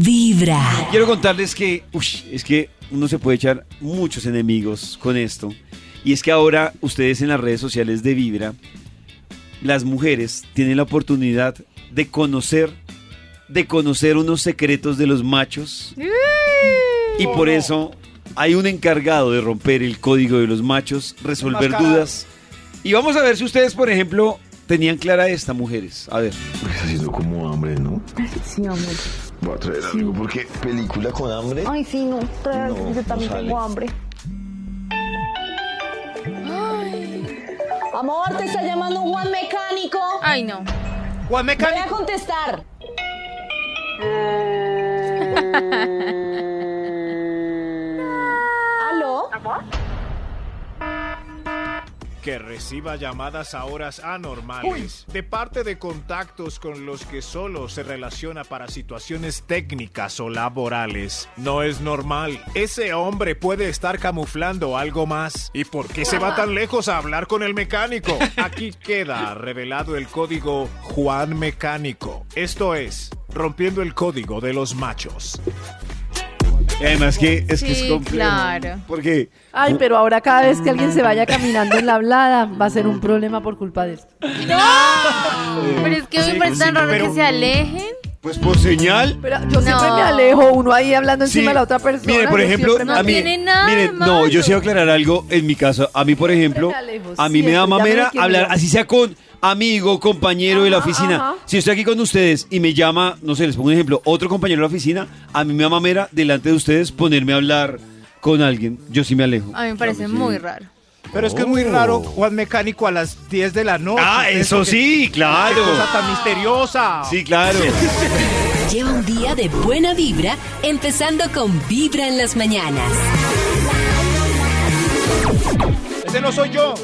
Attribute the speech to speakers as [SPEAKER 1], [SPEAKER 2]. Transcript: [SPEAKER 1] Vibra.
[SPEAKER 2] Quiero contarles que, ush, es que uno se puede echar muchos enemigos con esto. Y es que ahora ustedes en las redes sociales de Vibra, las mujeres tienen la oportunidad de conocer, de conocer unos secretos de los machos. Y por eso hay un encargado de romper el código de los machos, resolver
[SPEAKER 3] Enmascarado.
[SPEAKER 2] dudas. Y vamos a ver si ustedes, por ejemplo, tenían clara esta, mujeres. A ver.
[SPEAKER 4] Me está Pues haciendo como hambre, ¿no?
[SPEAKER 5] Sí, amor.
[SPEAKER 4] Voy a traer algo porque película con hambre.
[SPEAKER 5] Ay, sí, no. Trae algo,
[SPEAKER 4] No,
[SPEAKER 5] yo también
[SPEAKER 4] no sale.
[SPEAKER 5] tengo hambre. Amor, te está llamando un Juan Mecánico.
[SPEAKER 6] Ay, no.
[SPEAKER 3] Juan
[SPEAKER 5] Voy a
[SPEAKER 3] Mecánico.
[SPEAKER 5] contestar. ¿Aló?
[SPEAKER 3] Que reciba llamadas a horas anormales de parte de contactos con los que solo se relaciona para situaciones técnicas o laborales. No es normal. Ese hombre puede estar camuflando algo más. ¿Y por qué se va tan lejos a hablar con el mecánico? Aquí queda revelado el código Juan Mecánico. Esto es, rompiendo el código de los machos.
[SPEAKER 2] Y además que es que es
[SPEAKER 6] Sí,
[SPEAKER 2] complejo.
[SPEAKER 6] claro.
[SPEAKER 2] Porque
[SPEAKER 7] Ay, pero ahora cada vez que alguien se vaya caminando en la hablada va a ser un problema por culpa de esto.
[SPEAKER 6] Pero es que me parece tan raro que se alejen.
[SPEAKER 2] Pues por señal.
[SPEAKER 7] Pero yo siempre
[SPEAKER 6] No.
[SPEAKER 7] me alejo, uno ahí hablando encima
[SPEAKER 2] Sí.
[SPEAKER 7] de la otra persona.
[SPEAKER 2] Mire, por
[SPEAKER 7] yo
[SPEAKER 2] ejemplo,
[SPEAKER 7] siempre me
[SPEAKER 2] a mí,
[SPEAKER 7] alejo.
[SPEAKER 6] tiene nada de
[SPEAKER 2] miren, no, yo sí voy a aclarar algo en mi caso. A mí, por ejemplo,
[SPEAKER 7] me alejo,
[SPEAKER 2] a mí me
[SPEAKER 7] siempre,
[SPEAKER 2] da
[SPEAKER 7] ya me
[SPEAKER 2] mamera
[SPEAKER 7] quiero
[SPEAKER 2] hablar,
[SPEAKER 7] ir.
[SPEAKER 2] así sea con amigo, compañero de la oficina.
[SPEAKER 7] ajá.
[SPEAKER 2] Si estoy aquí con ustedes y me llama, no sé, les pongo un ejemplo, otro compañero de la oficina, a mí me da mamera delante de ustedes ponerme a hablar con alguien. Yo sí me alejo.
[SPEAKER 6] A mí me parece muy raro.
[SPEAKER 3] Pero es que es muy raro Juan Mecánico a las 10 de la noche.
[SPEAKER 2] Oh. Ah, eso sí, claro.
[SPEAKER 3] cosa tan misteriosa.
[SPEAKER 2] Sí, claro.
[SPEAKER 1] Lleva un día de buena vibra, empezando con Vibra en las mañanas.
[SPEAKER 3] Ese no soy yo.